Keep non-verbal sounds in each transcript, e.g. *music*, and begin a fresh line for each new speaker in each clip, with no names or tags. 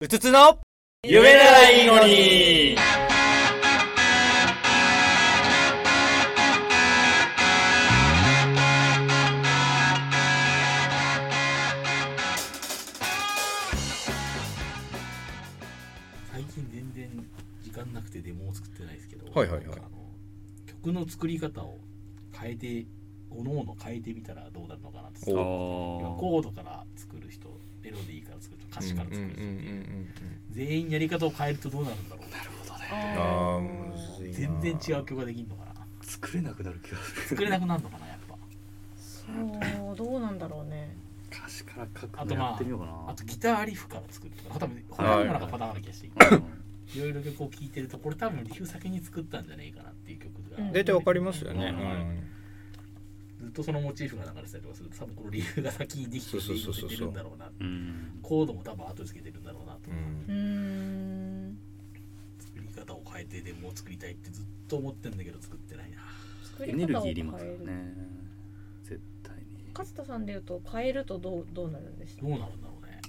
うつつの
夢ならいいのに最近全然時間なくてデモを作ってないですけど、
はいはいはい
なんかあの曲の作り方を変えておのおの変えてみたらどうなるのかなって
お
要はコードから作る人メロディーから作る人歌詞から作る人っていう,、全員やり方を変えるとどうなるんだろうなるほどね
あーむずいな
全然違う曲ができるのかな
作れなくなる気がす
作
る
れなくなるのかな
*laughs*
やっぱ
そうどうなんだろうね。
歌詞から書
あ
く
と
の
まあ
やってみようかな
あとギターリフから作るとか多分他にもなんかパターンある気
*laughs*
がしていろいろ曲を聴いてるとこれ多分リフ先に作ったんじゃねえかなっていう曲が
うん
大体わかりますよね、
うんずっとそのモチーフが流れてたりとかすると多分このリフが先にできて
そ
て
うそうそうそう
出てるんだろうな
うん
コードも多分後でつけてるんだろうなと
うん
うーん。
作り方を変えてでも作りたいってずっと思ってんだけど作ってないな
作
エ
り
ネル
方
ギーい
を変え
りますよ
る。
ね絶対に
勝田さんで言うと変えるとどうどうなるんでした
ど。うなるんだろうね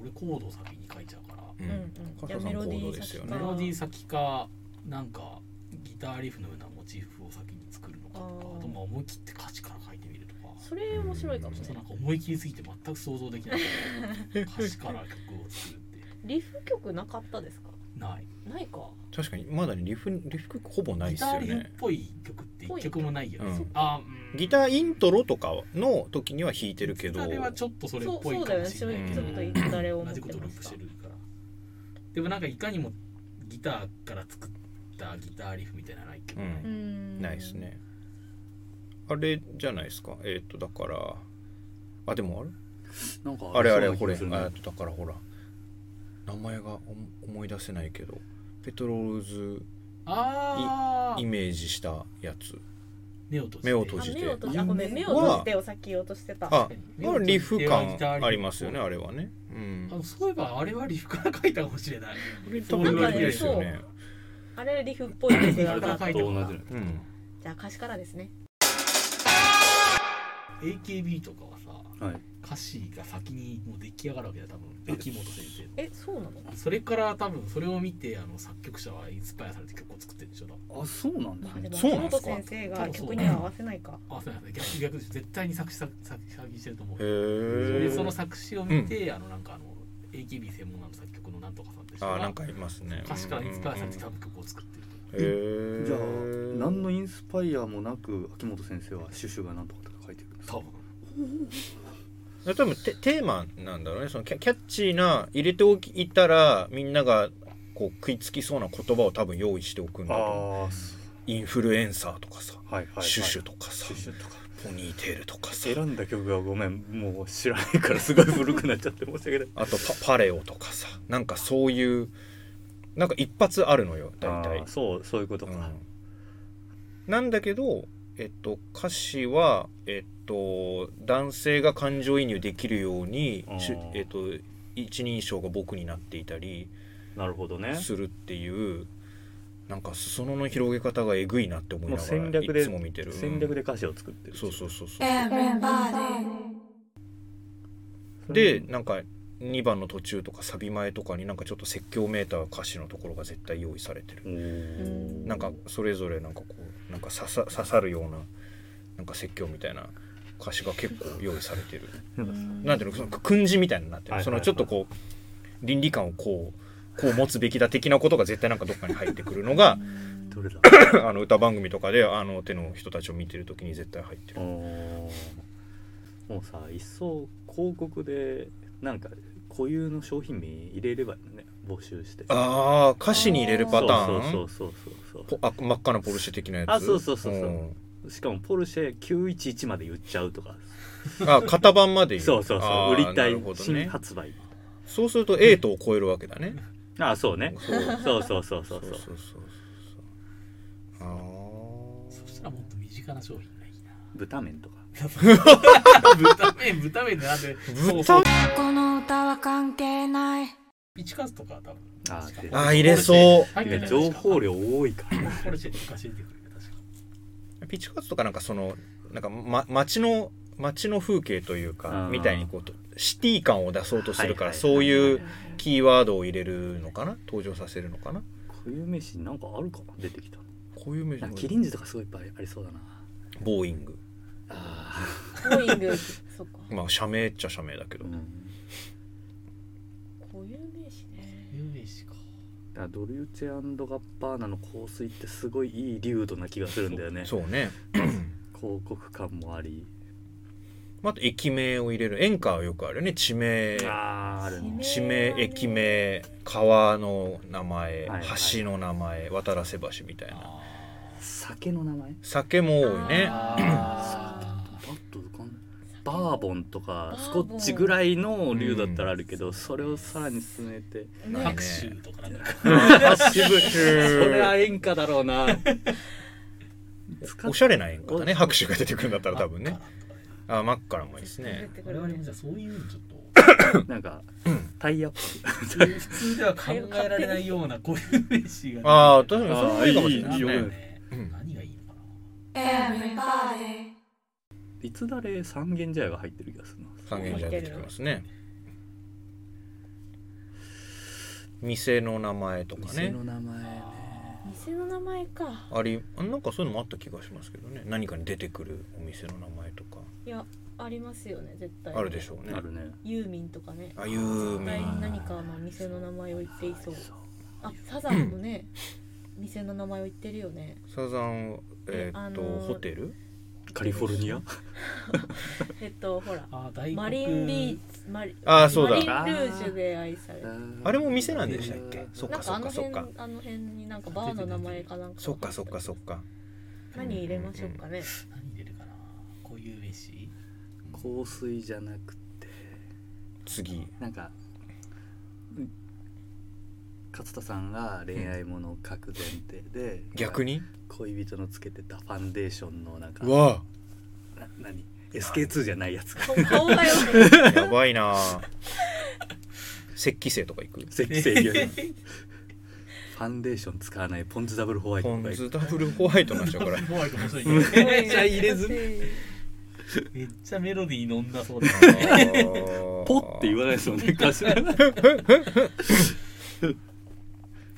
俺コードを先に書いちゃうから
う
うんんうん。じゃあメロディー
ですよ
先
ね
か
メロディー先かなんかギターリフのようなモチーフを先に作るのかと
あ
か
ー
あとまあ思い切って歌詞から書いてみるとか
それ面白いかも
ちょっ
ね
となん。か思い切りすぎて全く想像できないから
*laughs*
歌詞から曲を作るって
リフ曲なかったですか。
ない
ないか。
確かにまだリフリフほぼない
ギ
です
タ
よ
ーリフっ
ね
ぽい曲って一曲もないよね、
うん
そあうん
ギターイントロとかの時には弾いてるけど
ギターではちょっとそれっ
そう
ぽい
そう
か
だよ
も
ね。
し
ちょ
れ
っ
ないけ
と
ど
ちょっと誰を思
同
っ
じこ
て
とル
ま
ープ
し
したて。るからでもなんかいかにもギターから作ったギターリフみたいなのは一曲もない、
うん
うーん。
ないです。ねあれじゃないですかえっ、とだからあでもあれ
なんか
あれあれこれ、
そう
あだ
な
からほら名前が思思い出せないけどペトローズ
ああ
イメージしたやつ
目を閉じて
目を閉
あ
じて
目を閉じあごめん目を閉じてをさっき言おうとしてた。
あ
目を
まあ
閉じて
リフ感ありますよね
あ
あれはねうん
のそういえばあれはリフから書いたかもしれない
多分リフですよね
あれリフっぽい曲がなかった
あれ
と
と
同
同
じ
じ
の
うん
じゃあ歌詞からですね。
AKB とかはさ
はい
歌詞が先にもう出来上がるわけだよ多分秋元先生の
えそうなの。
それから多分それを見てあの作曲者はインスパイアされて曲を作ってるんでしょ多分
あそうなんだ
まあでも
そうな
秋
んで
元
すか
先生が曲には合わせないか。
あそうなんだ逆逆です絶対に作詞作作作詞してると思う
へ
で
え
その作詞を見て、あのなんかあの AKB 専門なの作曲のなんとかさんって人
あ
が
なんかいますね
歌詞からインスパイアされて
へ
多分曲を作ってると思う
え
じゃあ何のインスパイアもなく秋元先生はシュシュがなんとかとか書いてるんですか
多分
多分テテーマなんだろうねそのキャキャッチーな入れておいたらみんながこう食いつきそうな言葉を多分用意しておくんだと思う
ああす
インフルエンサーとかさ
はいはいはい
シュシュとかさ
シュシュとか
ポニーテールとかさ
選んだ曲がごめんもう知らないからすごい古くなっちゃって申し訳ない
あとパパレオとかさなんかそういうなんか一発あるのよ大体
あーそうそういうことか、
うんなんだけど、えっと、歌詞は、えっと、男性が感情移入できるように
あー
しゅえっと、一人称が僕になっていたり
なるほどね
するっていうなんか裾野の広げ方がえぐいなって思い
も
な
う
がら
戦略で
いつも見てる、うん
戦略で歌詞を作ってる
そうそうそうそう
Everybody.
それ
でなんか2番の途中とかサビ前とかになんかちょっと説教メーター歌詞のところが絶対用意されてる
おー
なんかそれぞれなんかこうなんか刺さ刺さるようななんか説教みたいな歌詞が結構用意されて
*laughs*
るなんていうのその訓示みたいになってる、
はいはいはい
そのちょっとこう倫理観をこうこう持つべきだ的なことが絶対なんかどっかに入ってくるのが
どれだ *coughs*
*laughs* あの歌番組とかであの手の人たちを見てる時に絶対入って
お
る。
ーもうさ一層広告でなんか固有の商品名入れればいいのね募集して
あー歌詞に入れるパターン
そうそうそうそうそう
ぽあ真っ赤なポルシェ的なやつ
あそうそうそうそうんしかもポルシェ911まで言っちゃうとか
あ型番まで言
そうそうそ
あ
う売
ー
りたい
なるほど
新
ね
発売
そうするとエイトを超えるわけだね
ああそうね
そう
そうそうそうそうそう
そうそうそう
そしたらもっと身近な商品がい *laughs* いな
豚麺とか
豚麺豚麺でなんで
豚
そうそう
この歌は関係ない。
ピチカズとかは多分
あー
確
あ
か
あー入れそう
入ってない
情報量多いから
ポルシェで昔出てくるよ確か
ピチカーツとかなんかそのなんか、ま、町の街の風景というか
うん
みたいにこうとシティ感を出そうとするから
はいはい
そう
うん
いううキーワードを入れるのかな登場させるのかな
固有名詞なんかあるかな出てきた
こういうイメ
な
ー
んか
ジ
キリンジとかすごいいっぱいありそうだな
ボーイング
あ
ボーイングそっか
まあ社名っちゃ社名だけ
ー
ど
うん
固有名詞ね
有名詞か
だからドルチェガッパーナの香水ってすごいいい流度な気がするんだよね
そうね
広告感もあり
まああと駅名を入れる演歌はよくあるよね地名
あーあるね
地名駅名川の名前
はいはい
橋の名前渡らせ橋みたいな
あ
酒の名前
酒も多いね
あ
パッと浮かんないバーボンとかスコッチぐらいの流だったらあるけど、それをさらに進め *laughs* て
ね
拍手とかなんか
橋
それは
口
演歌だろう *laughs* な使っ
おしゃれな演歌だね拍手が出てくるんだったら多分
あ
ね
っ
あマッカラもいいです
出
ね
た
てく
我
る
々も
ね
じゃあそういうのちょっ *laughs* と
なんかタイアップ
普通では考えられないようなこういう名詞が
ああ確かにそれもいいかもしれない
あーいいいい
ね
よ
うん
何がいいのかな
Everybody
いつだれ三軒茶屋が入ってる気がするな
三軒茶屋出てきますね店の名前とか
店
ね
の名前ね
店の名前か
ありあなんかそういうのもあった気がしますけどね何かに出てくるお店の名前とか
いやありますよね絶対
あるでしょうね
あるね
ユーミンとかね
あ有名
絶対に何かの店の名前を言っていそう
そう
あサザン
*clears throat*
もね店の名前を言ってるよね
サザンえーっと、
あのー
ホテル
カリフォルニア
えっとほら
あー大黒
マリンビーチマリ
あーそうだ
マリンルージュで愛される
あれも店なんでしたっけそっ
なん
か
か
そ
あ
っ
の
かそっ
辺
か
あの辺になんかバーの名前かなんか
そっかそっかそっか
何入れましょうかね
何入れるかなこういう名詞
香水じゃなくて
次
なんかうん勝田さんが恋愛ものを書く前提で
逆に
恋人のつけてたファンデーションのなんか
うわ
な何 SK2 じゃないやつが
顔顔がよく
あやばいなあ石器製とか行く
石製
*laughs*
よりファンデーション使わないポン酢ダブルホワイト
ポン
がいい
酢ダブルホワイトなんでしょこ *laughs* れ
怖いかもしれない
め
めっちゃ入れず
めっちゃメロディー飲んだそうだ
*laughs*
ポって言わないですよね
*laughs*
歌詞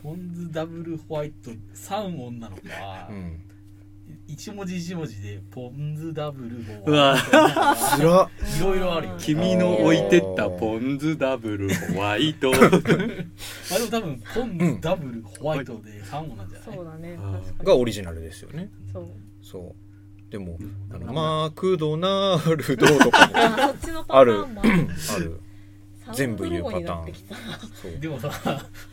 ポン酢ダブルホワイト3音なのか、
うん
一文字一文字でポン酢ダブル
う
ホワ
わ
イトなのか
つらっ
いろいろあるよ
君の置いてったポン酢ダブルホワイ
*laughs*
ト
あでも多分ポン酢ダブルホワイトで3音なんじゃない、
そうだね
あー
確か
が
に
オリジナルですよね
そう
そうでもあの
名前
マクドナルドとかも
あそっちのパターンもある
ある全部言うパターンそう
でもさ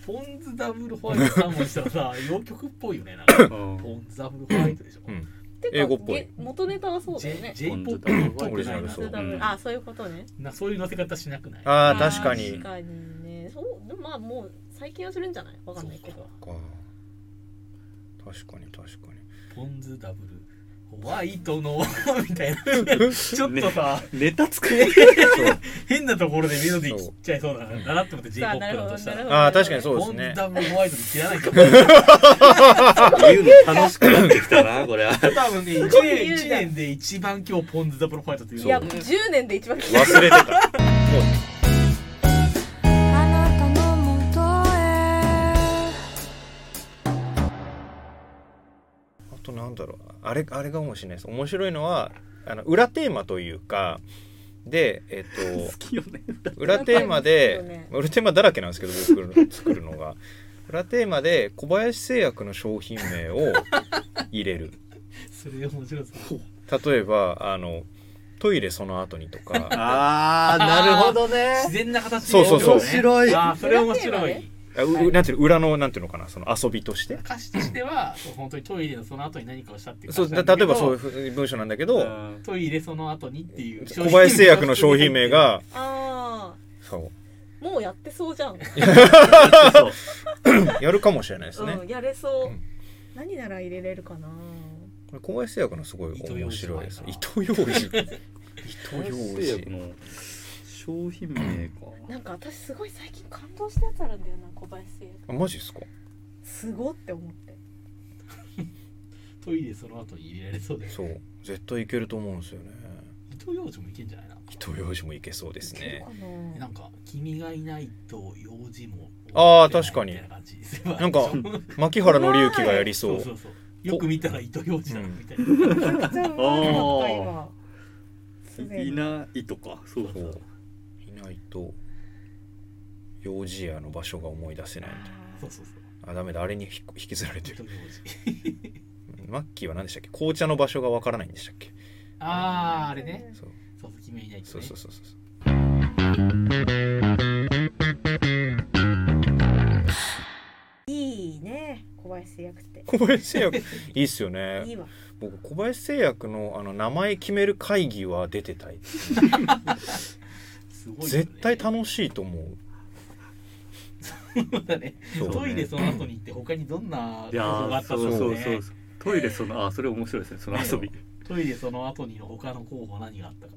ポン酢ダブルホワイト3音したら
*laughs*
さ洋曲っぽいよねなんかポン酢ダブルホワイトでしょ、
うん英
英
語
語
っ
っ
ぽ
ぽ
い
い元ネタはそうだよ
J-
ね
J-POP っぽ
オ
く
リジ
な
ナ
い
ル
な
そう
ダブルあそういうことね
なそういう乗せ方しなくない
ああ
ー
確かに
確かにねそうでもまあもう最近はするんじゃないわかんないけ
そう
ど
か
か確かに確かに
ポン酢ダブルホワイトの *laughs* みた
*laughs*
いなちょっとさ、
ネタ作れ
変なところでメロディー切っちゃいそうだななって思って
さあ
J−POP
なるほ
だ
ど
とした
な
ら
るほど
ああ確かにそうで
ポ
す
ン
ね
酢ダブルホワイトで切らないと思う
言うの楽しくなってきたなこれは
多分ね1
ごい
年
言う
一
じゃん
年で一番今日ポン酢ダブルホワイトっていう
いや10年で一番聞い
忘れてたもう
あなたの元へ
あとなんだろうあれあれかもしれないです面白いのはあの裏テーマというかでえっ
好きよね
と裏テーマで
なんかありますよね
裏テーマだらけなんですけど僕の作るのが裏テーマで小林製薬の商品名を入れる
それ面白そう
例えばあのトイレその後にとか
ああなるほどね
自然な形で
そうそうそう
面白いあーそれ面白い
*laughs* あううなんていうの裏のなんていうのかなその遊びとして
歌詞としてはそう本当にトイレのその後に何かをしたっていう
そう
感じな
だ
んだ
例
け
え
ど
ばそういうふう文章なんだけど
トイレその後にっていう
小林製薬の商品名が
あ
そ
あもうやってそうじゃん、
うやるかもしれないですね
うん、やれそう、
うん
何なら入れれるかな
これ小林製薬のすごい面白いです
伊
伊藤洋 *laughs* 治
東洋製薬の商品名か
なんか私すごい最近感動したやつあるんだよな小林製薬
あマジですか
すごって思って
*laughs* トイレその後に入れられそうです
そう絶対いけると思うんですよね
伊糸ようじもいけんじゃないな
人用紙もいけそうですね
なんか「君がいないと用事も」
あー確かに
みたいな感じ
なんか牧原紀之がやり
そ
そう
うそうそうよく見たら糸ようじだなみたいな、
めちゃくちゃうまいなすでに
いないとかそうそう
そういないと幼児屋の場所が思い出せないみたい
そうそうそう
なあダメだあれに引っ引きずられて
糸
る
ようじ
マッキーは何でしたっけ紅茶の場所がわからないんでしたっけ
あああれね
そう
そうそう君はいないとね
そうそうそうそう
いいね小林製薬って
小林製薬いいっすよ
い
ね
いわ
僕小林製薬のあの名前決める会議は出てたい
すごいよね
絶対楽しいと思う
そうだね
そうね
トイレその後に行って他にどんない
や
方法があ
ー
った
そ
と
う
か
そう
ね
そうそうトイレそのあそれ面白いですねその遊び
トイレその後にの他の候補何があったか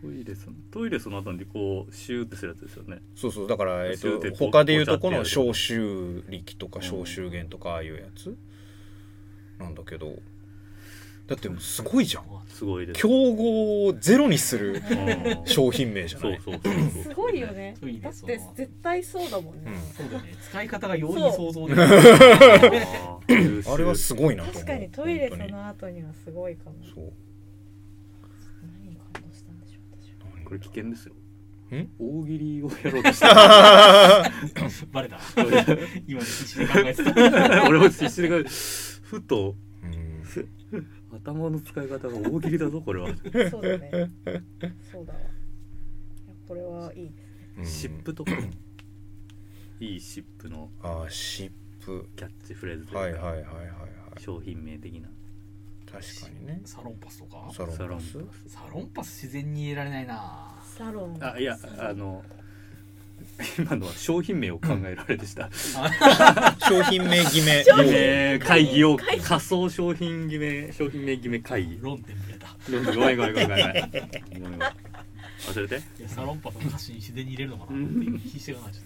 トイレそのトイレその後にこうシューってするやつですよね
そうそうだから、えっと
集中、で
他でいうとこ
紅茶
の消
ってやる
臭力とか
うん
消臭源とかああいうやつなんだけどだってもうすごいじゃん
すごいです
競合をゼロにする
うん
商品名じゃ
そ
な
う
い
そうそうそう
すごいよね
トイ
だ
レ
っ
そ
て
の
絶対そうだもん
う
ね、
ん
そうだよね使い方が容易
そう
に想像できる
あー優秀
あれはすごいなと思う
確かにトイレそ
本当に
の後にはすごいかも
そう
何に感動したんでしょう私は
これ危険ですよ
ん
大喜利をやろうとした
バレた
*laughs*
今ね必死で考え
*laughs*
てた
俺も必死で考えて *laughs* ふと
うん
頭の使い方が大喜利だぞこれは
そうだね。そうだわ。いやこれはいい。
うん
湿布とかいい湿布の
ああ湿布
キャッチフレーズと
はいいう
か
はいはいはいはい
商品名的な
確かにね
サロンパスとか
サロン
サロン
パス
サロンパス自然に入れられないな
サロン。
あいやあの今のは商品名を考えられで *laughs* した
商品名決め
商品
えー会議を仮想商品決め商品名決め会議
論点ぶれた
ごめんごめんごめんごめんごめんごめんごめん忘れて
いやサロンパスの歌詞に自然に入れるのか
う
なって
ん
今必死で考えて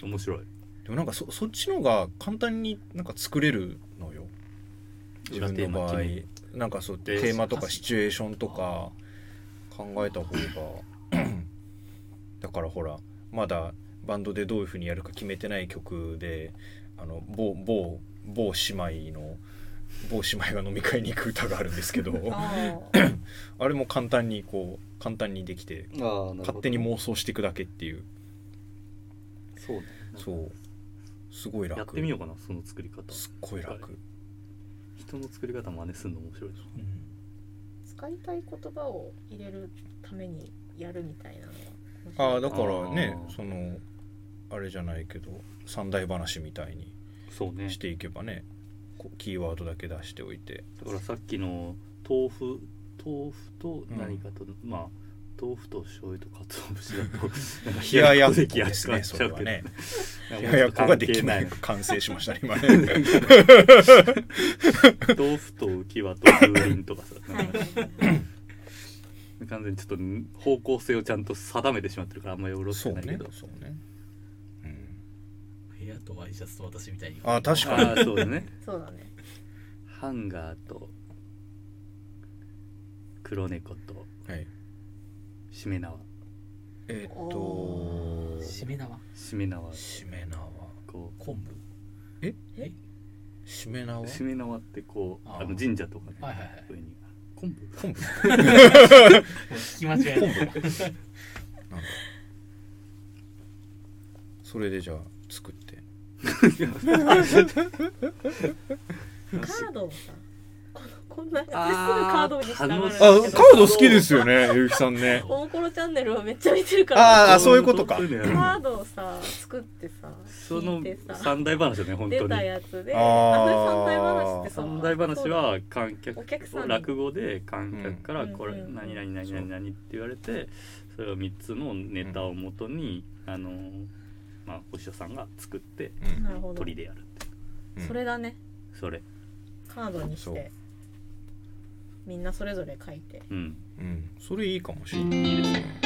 た
面白い
でもなんかそそっちの方が簡単になんか作れるのよ自分の場合
裏テーマ決
なんかそう
で
テーマとかシチュエーションとか考えた方がだからほらまだバンドでどういうふうにやるか決めてない曲であの某某某姉妹の某姉妹が飲み会に行く歌があるんですけ
*laughs*
ど
あー *coughs*
あれも簡単にこう簡単にできて
ああ
勝手に妄想していくだけっていう
そうね
そうすごい楽
やってみようかなその作り方
すっごい楽
人の作り方真似するの面白いな
うん
使いたい言葉を入れるためにやるみたいなのは
ああだからね
あー
そのあれじゃないけど三大話みたいに
そうね
していけばねこうキーワードだけ出しておいて
だからさっきの豆腐豆腐と何かと、まあ豆腐と醤油とかつお節だとなんか
冷ややっこ
できや
ですす
くなっ
ね
ち
そ
ゃ
れ
う
は
けど
ね
なん
冷
か
ややっこができな
ち
い
ょっと関
完成しましたね *laughs* 今ね
係ない豆腐と浮き輪と風鈴とかさ、
はい。
完全にちょっと方向性をちゃんと定めてしまってるからあんまりよろし
そ
く
う
ないけ
ね
ど
そうねうん
部屋とワイシャツと私みたいに
あー確かに
ああそうだね
そうだね。
ハンガーと黒猫と
はい
しめ縄
えーっと
しめ縄
しめ縄
しめ縄
こ
昆
しめ縄
うしめ縄ってこう
あ
あ
ー
の神社とかね
布はいはいはい
上に昆布
昆布
もう聞き間違えない
なんだそれでじゃあ作って
カードをさ、このこんなやつすぐ
あー
カードにしたがるんだけ
あ
ど。
すよねゆうきさんね
おもころチャンネルはめっちゃ見てるから。
ああそういうことか
そういうのやる
カードをさ作ってさ
そ
引
の
いてさ
三大話だね本当
出た
に
やつで、
あー
あの三大話ってさ。
三大話は観客
お客さんに
落語で観客か
う
ら
ん
これ
うんうんうん
何々何々何って言われてそれを三つのネタをもとにあのーまあお師匠さんが作って
そうだ。なるほど
鳥。でやるって
うん
それだね。
それ
カードにし
そう
て。みんなそれぞれ書いて。
うん
うんそれいいかもし
い
れ
い
ない
いいですね